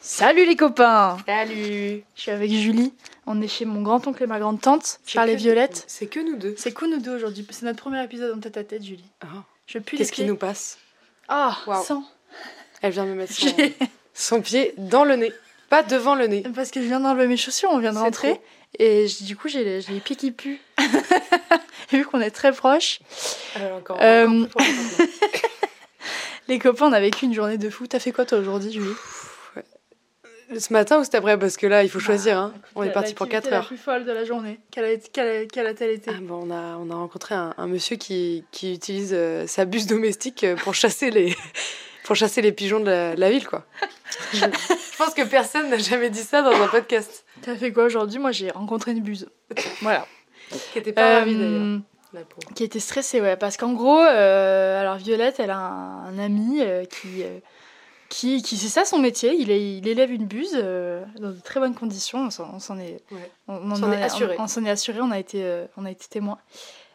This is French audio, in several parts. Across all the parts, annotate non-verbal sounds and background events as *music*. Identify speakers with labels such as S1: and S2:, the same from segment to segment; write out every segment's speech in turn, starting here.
S1: Salut les copains
S2: Salut
S1: Je suis avec Julie, on est chez mon grand-oncle et ma grande-tante, Charles et
S2: que-
S1: Violette.
S2: C'est que nous deux.
S1: C'est cool nous deux aujourd'hui, c'est notre premier épisode en tête à tête Julie.
S2: Ah.
S1: Je pue les
S2: Qu'est-ce qui
S1: pieds.
S2: nous passe
S1: Ah,
S2: Waouh.
S1: sang.
S2: Elle vient me mettre son,
S1: J'ai-
S2: son pied dans le nez, pas devant le nez.
S1: Parce que je viens d'enlever mes chaussures, on vient de
S2: C'est
S1: rentrer.
S2: trop.
S1: Et j- du coup, j'ai les, j'ai les pieds qui puent. et *laughs* vu qu'on est très proches,
S2: Alors encore.
S1: Euh,
S2: encore plus fort,
S1: les copains, on a vécu une journée de fou. T'as fait quoi toi aujourd'hui, Julie
S2: encore. *laughs* Ce matin ou cet après Parce que là, il faut choisir. hein. On est parti pour 4
S1: euh, la
S2: heures.
S1: plus folle de la journée. Quelle, a-t-elle été
S2: Ah, bon, on, a, on a rencontré un, un monsieur qui, qui utilise euh, sa buse domestique euh, pour chasser les, *laughs* pour chasser les pigeons de la, la ville, *laughs* quoi. Je, je pense que personne n'a jamais dit ça dans un podcast.
S1: T'as fait quoi aujourd'hui Moi, j'ai rencontré une buse. voilà.
S2: Qui était pas ravi d'ailleurs.
S1: Euh,
S2: la pauvre.
S1: Qui était stressée, ouais. Parce qu'en gros, euh, alors Violette, elle a un, un ami euh, qui, euh, qui, qui c'est ça son métier. Il, est- il élève une buse euh, dans de très bonnes conditions. On s'en on s'en est,
S2: Ouais.
S1: on, on
S2: S'en
S1: en
S2: est
S1: a-
S2: assuré.
S1: On, on s'en est assuré. On a été, euh, on a été témoin.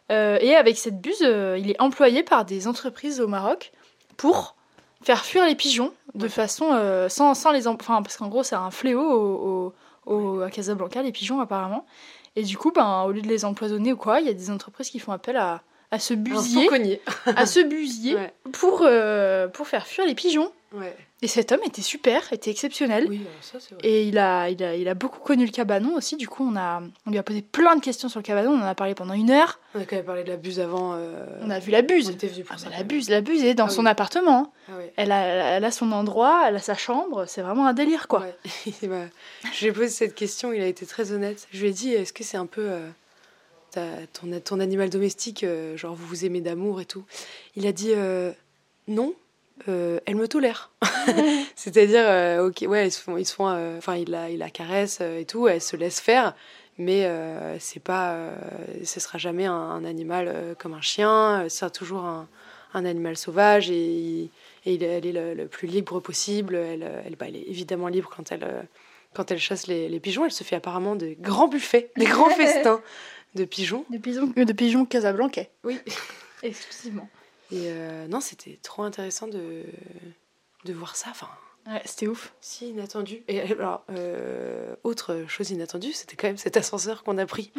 S1: et avec cette buse, euh, il est employé par des entreprises au Maroc pour faire fuir les pigeons de
S2: Ouais.
S1: façon euh, sans, sans les em- enfin parce qu'en gros c'est un fléau au, au- au- à Casablanca les pigeons apparemment et du coup ben au lieu de les empoisonner ou quoi il y a des entreprises qui font appel à à ce
S2: Un
S1: busier
S2: cogné.
S1: à ce busier
S2: Ouais.
S1: pour euh, pour faire fuir les pigeons
S2: Ouais.
S1: et cet homme était super était exceptionnel
S2: Oui, alors ça, c'est vrai.
S1: et il a, il, a, il a beaucoup connu le cabanon aussi, du coup on, a, on lui a posé plein de questions sur le cabanon, on en a parlé pendant une heure,
S2: On a quand même parlé de la buse avant. euh,
S1: on a vu la
S2: on
S1: buse.
S2: était venus pour
S1: Ah,
S2: ça,
S1: mais la
S2: quand
S1: buse, la buse est dans
S2: Ah
S1: son
S2: oui.
S1: appartement.
S2: même. Ah ouais.
S1: Elle a, elle a son endroit, elle a sa chambre, c'est vraiment un délire quoi.
S2: Ouais. *laughs* Il m'a- je lui ai posé cette question, il a été très honnête. Je lui ai dit est-ce que c'est un peu euh, ta- ton, ton animal domestique, euh, genre vous vous aimez d'amour et tout Il a dit euh, non, euh, elle me tolère. *laughs* C'est-à-dire, euh, ok, ouais, ils se font. ils se font, euh, Enfin, il, la, il la caresse euh, et tout, elle se laisse faire. Mais euh, c'est pas, euh, ce sera jamais un, un animal euh, comme un chien, euh, ce sera toujours un, un animal sauvage et il- et il- elle est le, le plus libre possible. Elle, euh, elle, bah, elle est évidemment libre quand elle, euh, quand elle chasse les, les pigeons. Elle se fait apparemment des grands buffets, des grands festins de pigeons.
S1: De pigeons, euh, de pigeons casablancais. *laughs*
S2: Oui.
S1: Exclusivement.
S2: Et euh, non, c'était trop intéressant de, de voir ça. Enfin,
S1: Ouais, c'était ouf.
S2: si inattendu. Et alors, euh, autre chose inattendue, c'était quand même cet ascenseur qu'on a pris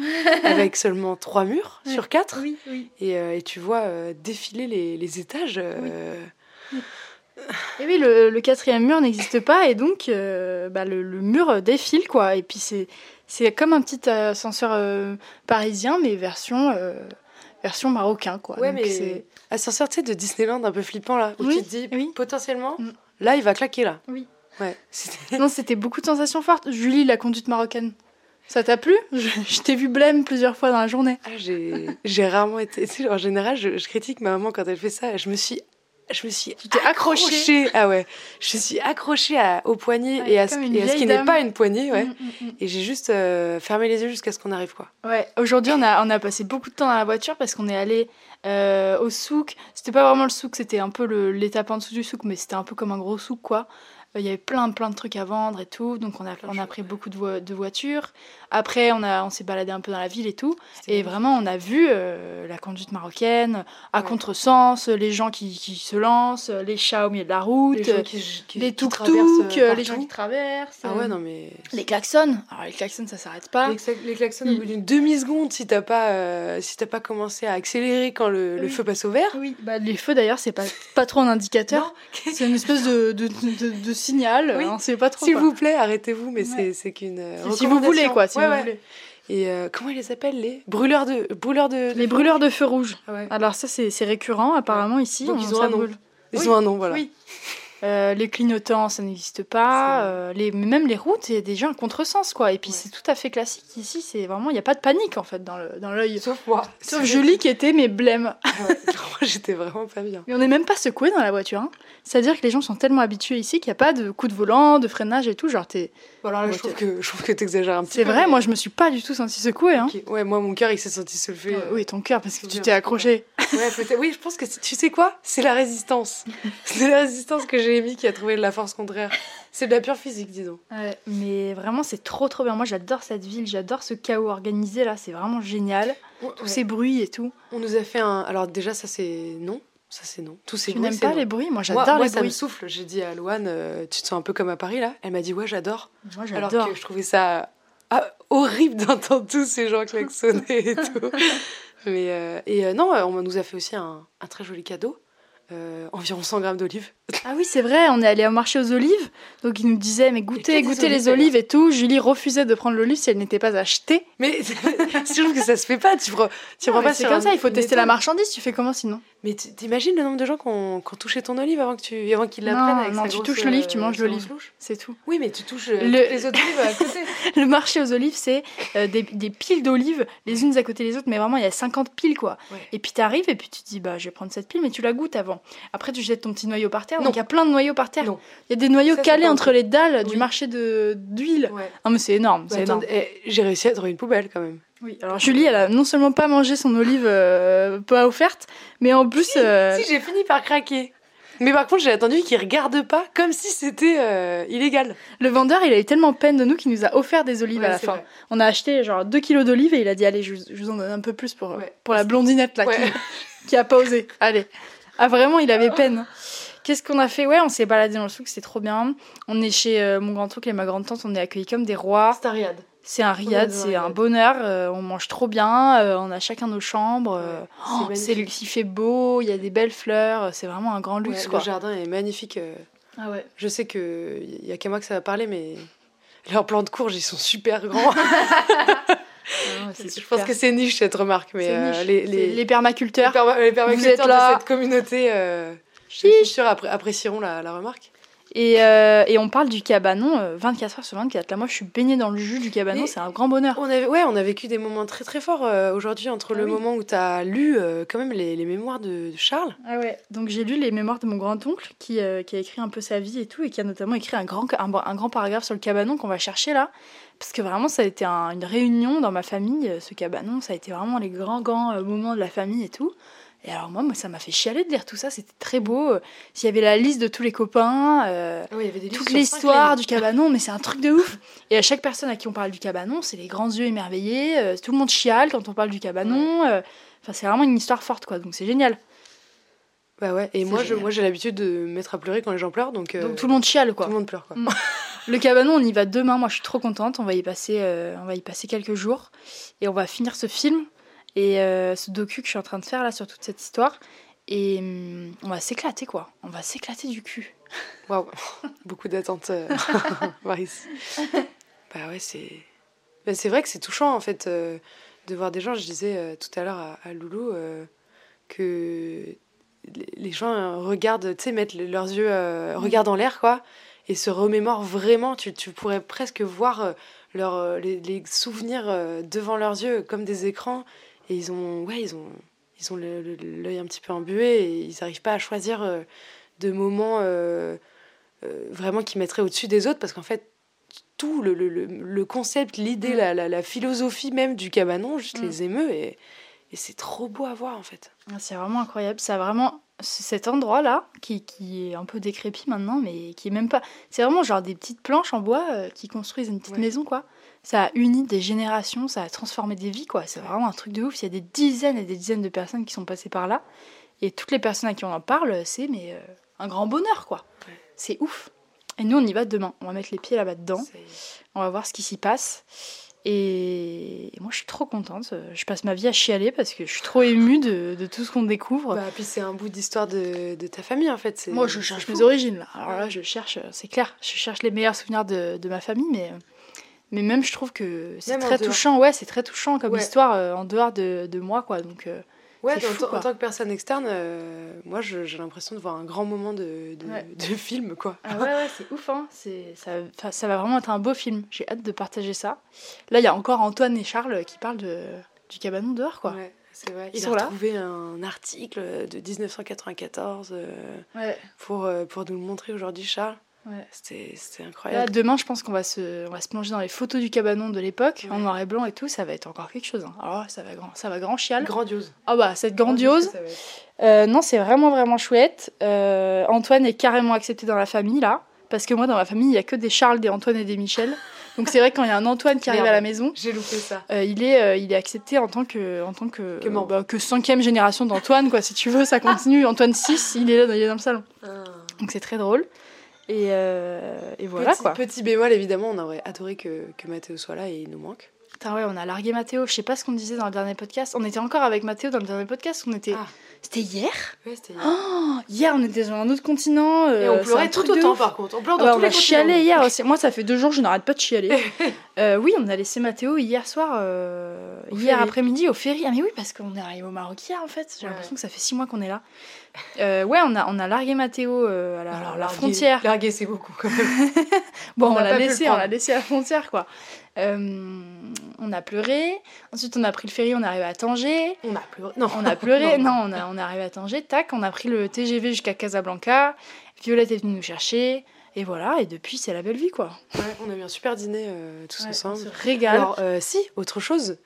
S2: avec seulement trois murs sur quatre.
S1: Oui, oui.
S2: Et, euh, et tu vois euh, défiler les, les étages. euh,
S1: Et Eh oui, le, le quatrième mur n'existe pas et donc euh, bah, le, le mur défile quoi. Et puis c'est, c'est comme un petit ascenseur euh, parisien mais version, euh, version marocain quoi.
S2: Ouais,
S1: Donc
S2: mais
S1: c'est-
S2: ascenseur, tu sais, de Disneyland un peu flippant là, où
S1: Oui,
S2: tu te dis
S1: oui.
S2: potentiellement,
S1: Mm.
S2: là il va claquer là.
S1: Oui.
S2: Ouais. C'était-
S1: Non, c'était beaucoup de sensations fortes. Julie, la conduite marocaine, ça t'a plu je, je t'ai vu blême plusieurs fois dans la journée.
S2: Ah, j'ai j'ai rarement été. tu sais, en général, je, je critique ma maman quand elle fait ça. Je me suis. Je me suis
S1: Tu t'es accrochée.
S2: Ah ouais. Je suis accrochée à, au poignet
S1: Ouais,
S2: et à ce,
S1: comme une
S2: et à ce
S1: vieille
S2: qui n'est
S1: dame.
S2: pas une poignée, ouais.
S1: Mm, mm, mm.
S2: Et j'ai juste euh, fermé les yeux jusqu'à ce qu'on arrive, quoi.
S1: Ouais, aujourd'hui on a, on a passé beaucoup de temps dans la voiture parce qu'on est allé euh, au souk. C'était pas vraiment le souk, c'était un peu le- l'étape en dessous du souk, mais c'était un peu comme un gros souk quoi. Euh, Il y avait plein plein de trucs à vendre et tout, donc on a,
S2: Plein de
S1: on a
S2: choses,
S1: pris
S2: ouais.
S1: beaucoup de, vo- de voitures. Après on, a- on s'est baladé un peu dans la ville et tout,
S2: C'était
S1: et vraiment on a vu euh, la conduite marocaine à
S2: Ouais.
S1: contresens, les gens qui, qui se lancent, les chats au milieu de la route,
S2: les gens qui, qui-
S1: euh, les
S2: qui traversent,
S1: tuk-tuk,
S2: euh,
S1: les gens
S2: partout.
S1: qui traversent, euh,
S2: Ah ouais, non, mais.
S1: les klaxons. Alors les klaxons ça s'arrête pas.
S2: Les, cla- les klaxons, au
S1: Mm.
S2: bout d'une demi-seconde, si t'as pas, euh, si t'as pas commencé à accélérer quand le, le
S1: Oui.
S2: feu passe au vert.
S1: Oui, bah, les feux d'ailleurs, c'est pas, pas trop un indicateur.
S2: Non, *laughs* qu'est-ce-
S1: C'est une espèce de, de, de, de signal.
S2: Oui.
S1: On sait pas trop.
S2: S'il
S1: quoi.
S2: vous plaît, arrêtez-vous, mais
S1: Ouais.
S2: c'est- c'est qu'une. euh,
S1: Si- si vous voulez,
S2: recommandation.
S1: quoi. Si
S2: Ouais,
S1: vous
S2: ouais.
S1: voulez.
S2: Et euh, comment ils les appellent les brûleurs de brûleurs de.
S1: Les brûleurs de feux rouges.
S2: Ah ouais.
S1: Alors, ça, c'est c'est récurrent apparemment ici.
S2: Donc,
S1: on-
S2: ils ont
S1: ça
S2: un nom.
S1: brûle.
S2: Ils
S1: Oui.
S2: ont un nom, voilà.
S1: Oui. Euh, les clignotants, ça n'existe pas. Euh, les, mais même les routes, il y a déjà un contresens, quoi. Et puis,
S2: Ouais.
S1: c'est tout à fait classique ici. C'est vraiment, il n'y a pas de panique, en fait, dans le- dans l'œil.
S2: Sauf moi.
S1: Sauf Julie qui était, mais blême.
S2: *laughs* Ouais. Moi, j'étais vraiment pas bien.
S1: Mais on n'est même pas secoué dans la voiture. hein. C'est-à-dire que les gens sont tellement habitués ici qu'il n'y a pas de coup de volant, de freinage et tout. Genre, t'es-
S2: Voilà,
S1: Ouais,
S2: Ah, je trouve que je trouve que t'exagères un petit
S1: c'est
S2: peu,
S1: vrai,
S2: mais-
S1: moi, je me suis pas du tout sentie secouée. Hein.
S2: Ok. Ouais, moi mon cœur il s'est senti soulevé.
S1: Euh, oui, ton cœur, parce que
S2: c'est
S1: tu
S2: bien,
S1: t'es
S2: c'est
S1: accroché.
S2: *laughs* Ouais, peut-être- oui, je pense que c'est- tu sais quoi C'est
S1: *laughs*
S2: la résistance. c'est la résistance que j'ai émise qui a trouvé de la force contraire. C'est de la pure physique, disons.
S1: Mais vraiment, c'est trop trop bien. Moi, j'adore cette ville, j'adore ce chaos organisé là, c'est vraiment génial. Tous ces bruits et tout.
S2: On nous a fait un. Alors déjà ça c'est non. Ça, c'est non. Tout c'est
S1: Tu
S2: oui,
S1: n'aimes
S2: c'est
S1: pas
S2: non.
S1: les bruits hein. Moi,
S2: Moi,
S1: j'adore
S2: moi,
S1: les
S2: ça me
S1: bruits.
S2: souffle. J'ai dit à Loane, euh, tu te sens un peu comme à Paris là Elle m'a dit, ouais, j'adore.
S1: Moi,
S2: Alors
S1: j'adore.
S2: que je trouvais ça ah, horrible d'entendre tous ces gens klaxonner
S1: *laughs*
S2: et tout. Mais euh, et euh, non, on nous a fait aussi un, un très joli cadeau. Euh, environ 100 grammes d'olives.
S1: Ah oui, c'est vrai, on est allé au marché aux olives. Donc, ils nous disaient, mais
S2: Et
S1: goûtez,
S2: que des
S1: goûtez les
S2: olives,
S1: olives et tout. Julie refusait de prendre l'olive si elle n'était pas achetée.
S2: Mais *laughs* je trouve que ça se fait pas. Tu prends, tu
S1: Non,
S2: prends
S1: mais
S2: pas
S1: C'est
S2: sur
S1: comme
S2: un-
S1: ça, il faut
S2: une
S1: tester la
S2: étale.
S1: marchandise. Tu fais comment sinon
S2: Mais t- t'imagines le nombre de gens qui ont, qui ont touché ton olive avant que tu, avant qu'ils la
S1: Non,
S2: prennent avec
S1: non,
S2: sa
S1: tu
S2: grosse,
S1: touches l'olive, tu
S2: euh,
S1: manges
S2: sa grosse
S1: l'olive.
S2: louche.
S1: C'est tout. *laughs*
S2: Oui, mais tu touches euh,
S1: Le-
S2: toutes les autres olives à *laughs* côté.
S1: Le marché aux olives, c'est euh, des, des piles d'olives, les unes à côté des autres, mais vraiment, il y a 50 piles, quoi.
S2: Ouais.
S1: Et puis, t'arrives et puis tu te dis, bah, je vais prendre cette pile, mais tu la goûtes avant. Après, tu jettes ton petit noyau par terre.
S2: Non.
S1: Donc, il y a plein de noyaux par terre.
S2: Non.
S1: Il y a des noyaux
S2: Ça, c'est
S1: calés
S2: pas un
S1: entre les dalles du
S2: Oui.
S1: marché de- d'huile.
S2: Ouais.
S1: Ah, mais c'est énorme,
S2: Bah,
S1: c'est énorme.
S2: attendez, eh, J'ai réussi à trouver une poubelle quand même.
S1: Oui, alors Julie, elle a non seulement pas mangé son olive euh, pas offerte, mais en plus. euh,
S2: Si, j'ai fini par craquer. Mais par contre, j'ai attendu qu'ils regardent pas comme si c'était euh, illégal.
S1: Le vendeur, il a eu tellement peine de nous qu'il nous a offert des olives
S2: Ouais,
S1: à la
S2: c'est
S1: fin.
S2: vrai.
S1: On a acheté genre 2 kilos d'olives et il a dit Allez, je vous, je vous en donne un peu plus pour, euh,
S2: Ouais.
S1: pour la blondinette là,
S2: Ouais.
S1: qui, qui a pas osé. Allez. Ah, vraiment, il avait peine. Qu'est-ce qu'on a fait Ouais, on s'est baladé dans le souk, c'est trop bien. On est chez euh, mon grand-oncle et ma grande-tante, on est accueillis comme des rois.
S2: Stariade.
S1: C'est un riad,
S2: dans un
S1: c'est un
S2: riad.
S1: bonheur. euh, on mange trop bien, euh, on a chacun nos chambres. euh,
S2: Ouais,
S1: oh,
S2: c'est
S1: c'est
S2: magnifique.
S1: il fait beau, il y a des belles fleurs, euh, c'est vraiment un grand luxe
S2: Ouais,
S1: quoi.
S2: Le jardin est magnifique. euh,
S1: Ah ouais.
S2: Je sais que il y a qu'à moi que ça va parler, mais leurs plans de courge, ils sont super grands. Je pense que *laughs* c'est niche cette remarque, mais
S1: Ah, C'est
S2: euh,
S1: niche.
S2: les,
S1: C'est
S2: les,
S1: les permaculteurs.
S2: les perma- les permaculteurs
S1: êtes là.
S2: de cette communauté, euh, je
S1: Chiche.
S2: suis sûre, appré- apprécieront la, la remarque.
S1: Et, euh, et on parle du cabanon euh, 24 heures sur 24. Là, moi, je suis baignée dans le jus du cabanon,
S2: Mais-
S1: c'est un grand bonheur.
S2: On a, ouais, on a vécu des moments très très forts euh, aujourd'hui entre
S1: Ah
S2: le
S1: oui.
S2: moment où tu as lu euh, quand même les, les mémoires de, de Charles.
S1: Ah ouais. Donc, j'ai lu les mémoires de mon grand-oncle qui, euh, qui a écrit un peu sa vie et tout, et qui a notamment écrit un grand, un, un grand paragraphe sur le cabanon qu'on va chercher là. Parce que vraiment, ça a été un- une réunion dans ma famille, euh, ce cabanon. Ça a été vraiment les grands, grands euh, moments de la famille et tout. Et alors, moi, moi ça m'a fait chialer de lire tout ça. C'était très beau. Euh, S'il y avait la liste de tous les copains. euh,
S2: Ah Oui, il y avait des
S1: toute l'histoire du cabanon, mais c'est un truc de *laughs* ouf. Et à chaque personne à qui on parle du cabanon, c'est les grands yeux émerveillés, euh, tout le monde chiale quand on parle du cabanon. euh, Enfin, c'est vraiment une histoire forte, quoi. Donc c'est génial.
S2: Bah ouais, et
S1: C'est
S2: moi je-
S1: génial.
S2: moi, j'ai l'habitude de me mettre à pleurer quand les gens pleurent, donc, euh,
S1: Donc tout le monde chiale,
S2: tout
S1: quoi.
S2: le monde pleure. Quoi.
S1: Mm. Le cabanon, on y va demain. Moi, je suis trop contente. On va y passer, euh, on va y passer quelques jours et on va finir ce film et euh, ce docu que je suis en train de faire là sur toute cette histoire. Et hum, on va s'éclater, quoi. On va s'éclater du cul.
S2: Waouh, *laughs* beaucoup d'attentes, euh, *laughs* Maris. Bah ouais, c'est. bah c'est vrai que c'est touchant en fait euh, de voir des gens. Je disais euh, tout à l'heure à, à Loulou euh, que les- les gens euh, regardent, tu sais, mettent le- leurs yeux, euh, regardent en l'air quoi, et se remémorent vraiment. Tu, tu pourrais presque voir euh, leur, euh, les, les souvenirs euh, devant leurs yeux comme des écrans. Et ils ont, ouais, ils ont, ils ont le- le- l'œil un petit peu embué et ils n'arrivent pas à choisir euh, de moments. euh, euh, vraiment qui mettrait au-dessus des autres parce qu'en fait tout le, le- le- le concept l'idée
S1: Mm.
S2: la, la- la philosophie même du cabanon juste
S1: Mm.
S2: les émeut et, et c'est trop beau à voir en fait
S1: Ah, C'est vraiment incroyable. Ça a vraiment c- cet endroit là qui, qui est un peu décrépit maintenant, mais qui est même pas. C'est vraiment genre des petites planches en bois euh, qui construisent une petite
S2: Ouais.
S1: maison quoi. Ça a uni des générations, ça a transformé des vies quoi. C'est vraiment un truc de ouf. Il y a des dizaines et des dizaines de personnes qui sont passées par là et toutes les personnes à qui on en parle, c'est mais euh, un grand bonheur quoi.
S2: Ouais.
S1: C'est ouf. Et nous on y va demain. On va mettre les pieds là-bas dedans.
S2: C'est-
S1: On va voir ce qui s'y passe. Et moi, je suis trop contente. Je passe ma vie à chialer parce que je suis trop émue de, de tout ce qu'on découvre.
S2: bah, puis c'est un bout d'histoire de, de ta famille en fait c'est-
S1: moi, je
S2: c'est
S1: cherche
S2: fou.
S1: mes origines. Là. Alors là, je cherche, euh, c'est clair, je cherche les meilleurs souvenirs de, de ma famille, mais, euh, mais même, je trouve que c'est
S2: Même en
S1: très
S2: dehors.
S1: touchant. Ouais, c'est très touchant comme
S2: Ouais.
S1: histoire euh, en dehors de, de moi, quoi. Donc, euh,
S2: ouais
S1: c'est
S2: dans-
S1: fou,
S2: en,
S1: quoi.
S2: tant que personne externe euh, moi je- j'ai l'impression de voir un grand moment de, de,
S1: Ouais.
S2: de film quoi
S1: Ah ouais, ouais, c'est ouf, hein. C'est, ça, enfin, ça va vraiment être un beau film. J'ai hâte de partager ça. Là, il y a encore Antoine et Charles qui parlent de, du cabanon dehors, quoi.
S2: Ouais, c'est vrai
S1: Ils
S2: il
S1: sont
S2: a
S1: là.
S2: trouvé un article de 1994 euh,
S1: Ouais.
S2: pour euh, pour nous le montrer aujourd'hui Charles
S1: Ouais.
S2: c'était c'était
S1: Là,
S2: incroyable
S1: demain, je pense qu'on va se, on va se plonger dans les photos du cabanon de l'époque,
S2: Ouais.
S1: en noir et blanc et tout. Ça va être encore quelque chose. hein. Alors, là, ça va grand, ça va grand chial.
S2: grandiose
S1: Ah bah, cette grandiose. Euh, non, c'est vraiment vraiment chouette. Euh, Antoine est carrément accepté dans la famille là, parce que moi, dans ma famille, il y a que des Charles, des Antoine et des Michel. Donc c'est vrai que quand il y a un Antoine qui arrive
S2: Merde.
S1: à la maison,
S2: J'ai loupé ça.
S1: euh, il, est, euh, il est accepté en tant que, en tant que,
S2: Que membre.
S1: bah, que cinquième génération d'Antoine, quoi. Si tu veux, ça continue. Antoine 6, il est là, dans- il est dans le salon.
S2: Ah.
S1: Donc c'est très drôle. Et, euh, et voilà,
S2: petit,
S1: quoi.
S2: petit bémol, évidemment, on aurait adoré que, que Mathéo soit là et il nous manque.
S1: Putain, ouais, on a largué Mathéo. Je sais pas ce qu'on disait dans le dernier podcast. On était encore avec Mathéo dans le dernier podcast. On était...
S2: Ah.
S1: C'était hier
S2: Ouais, c'était
S1: Oh, Hier, on était sur un autre continent.
S2: Et
S1: euh,
S2: on
S1: c'est un
S2: pleurait
S1: truc
S2: tout
S1: de
S2: autant,
S1: ouf.
S2: par contre. On pleure
S1: Ah
S2: dans
S1: ouais,
S2: tous
S1: on
S2: les hein.
S1: a
S2: continents.
S1: chialé hier
S2: *laughs*
S1: aussi. Moi, ça fait deux jours, je n'arrête pas de chialer. Euh, oui, on a laissé Mathéo hier soir, euh,
S2: Au
S1: hier
S2: ferry.
S1: après-midi au ferry. Ah mais oui, parce qu'on est arrivé au Maroc hier en fait. J'ai
S2: Ouais.
S1: l'impression que ça fait six mois qu'on est là. Euh, ouais, on a, on a largué Mathéo euh, à la, à la
S2: larguer-
S1: frontière.
S2: Larguer, c'est beaucoup quand même.
S1: Bon,
S2: on
S1: on,
S2: a pas
S1: l'a
S2: pu le
S1: laissé, on
S2: prendre.
S1: l'a laissé à la frontière quoi. Euh, on a pleuré. Ensuite, on a pris le ferry, on est arrivé à Tanger.
S2: On a pleuré. Non, *laughs*
S1: On a pleuré, non, on, a, on est arrivé à Tanger, tac, on a pris le TGV jusqu'à Casablanca, Violette est venue nous chercher, et voilà, et depuis c'est la belle vie quoi.
S2: Ouais, on a eu un super dîner euh, tous
S1: Ouais, on
S2: ensemble.
S1: se régale.
S2: Alors, euh, si, autre chose.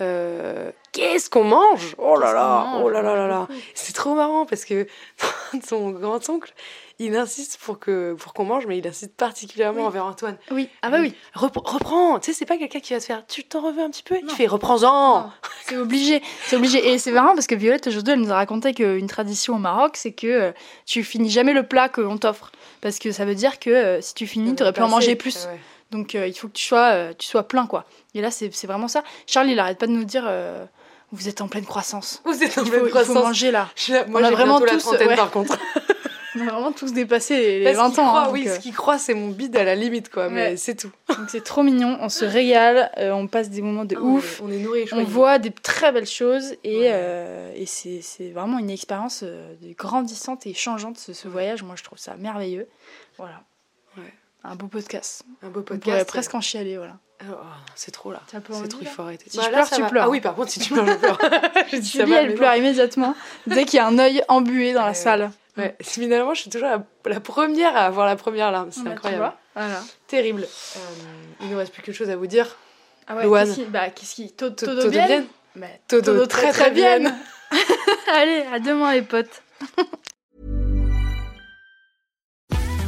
S2: Euh, Qu'est-ce qu'on mange Oh là
S1: Qu'est-ce
S2: là,
S1: qu'on mange
S2: oh là là là là. C'est trop marrant parce que *laughs* son grand-oncle, il insiste pour que pour qu'on mange, mais il insiste particulièrement
S1: Oui.
S2: envers Antoine.
S1: oui, ah bah oui,
S2: Repre- reprends, tu sais, c'est pas quelqu'un qui va se faire, tu t'en reviens un petit peu, il
S1: Non.
S2: fait, reprends-en.
S1: Non. c'est obligé, c'est obligé. Et c'est marrant parce que Violette aujourd'hui elle nous a raconté qu'une tradition au Maroc c'est que euh, tu finis jamais le plat qu'on t'offre, parce que ça veut dire que euh, si tu finis, t'aurais pu en manger plus.
S2: Ouais.
S1: Donc euh, il faut que tu sois, euh, tu sois plein quoi. Et là c'est c'est vraiment ça. Charles il arrête pas de nous dire, euh, vous êtes en pleine croissance.
S2: Vous êtes en
S1: Il
S2: pleine
S1: faut, il faut
S2: croissance.
S1: manger là.
S2: Je suis là- Moi,
S1: On a
S2: j'ai
S1: vraiment
S2: bientôt la
S1: tous,
S2: trentaine
S1: ouais.
S2: par contre.
S1: On a vraiment tous dépassé les, les
S2: Parce qu'il
S1: 20 ans.
S2: croit,
S1: hein,
S2: oui,
S1: donc,
S2: ce qu'il croit, c'est mon bide à la limite, quoi, mais
S1: Ouais.
S2: c'est tout.
S1: euh, donc c'est trop mignon, on se régale, euh, on passe des moments de ouf,
S2: Ah On est nourri,
S1: on voit des très belles choses et,
S2: Ouais.
S1: euh, et c'est c'est vraiment une expérience euh, de- grandissante et changeante ce, ce voyage. Moi je trouve ça merveilleux. Voilà.
S2: Ouais.
S1: Un beau podcast.
S2: Un beau
S1: On
S2: podcast. euh,
S1: pourrait presque en chialer, voilà.
S2: Oh, c'est trop là.
S1: T'as pas
S2: C'est
S1: envie,
S2: trop, il
S1: là
S2: faut arrêter.
S1: Si je pleure,
S2: ça
S1: tu
S2: va.
S1: pleures.
S2: Ah oui, par contre, si tu pleures, je
S1: *laughs*
S2: pleure. je dis ça
S1: Julie,
S2: va,
S1: elle
S2: mais
S1: pleure
S2: *laughs*
S1: immédiatement dès qu'il y a un œil embué dans
S2: Ouais.
S1: la salle.
S2: non. Ouais. Finalement, je suis toujours la, la première à avoir la première larme. C'est
S1: Bah, tu
S2: incroyable.
S1: vois, Voilà.
S2: Terrible. Euh, il ne reste plus qu'une chose à vous dire.
S1: Ah ouais,
S2: Louane.
S1: qu'est-ce qui, bah, qu'est-ce qui, Todo,
S2: Todo
S1: Todo bien
S2: bien.
S1: Bah,
S2: Todo
S1: Todo très très
S2: bien.
S1: bien. *laughs* Allez, à demain les potes.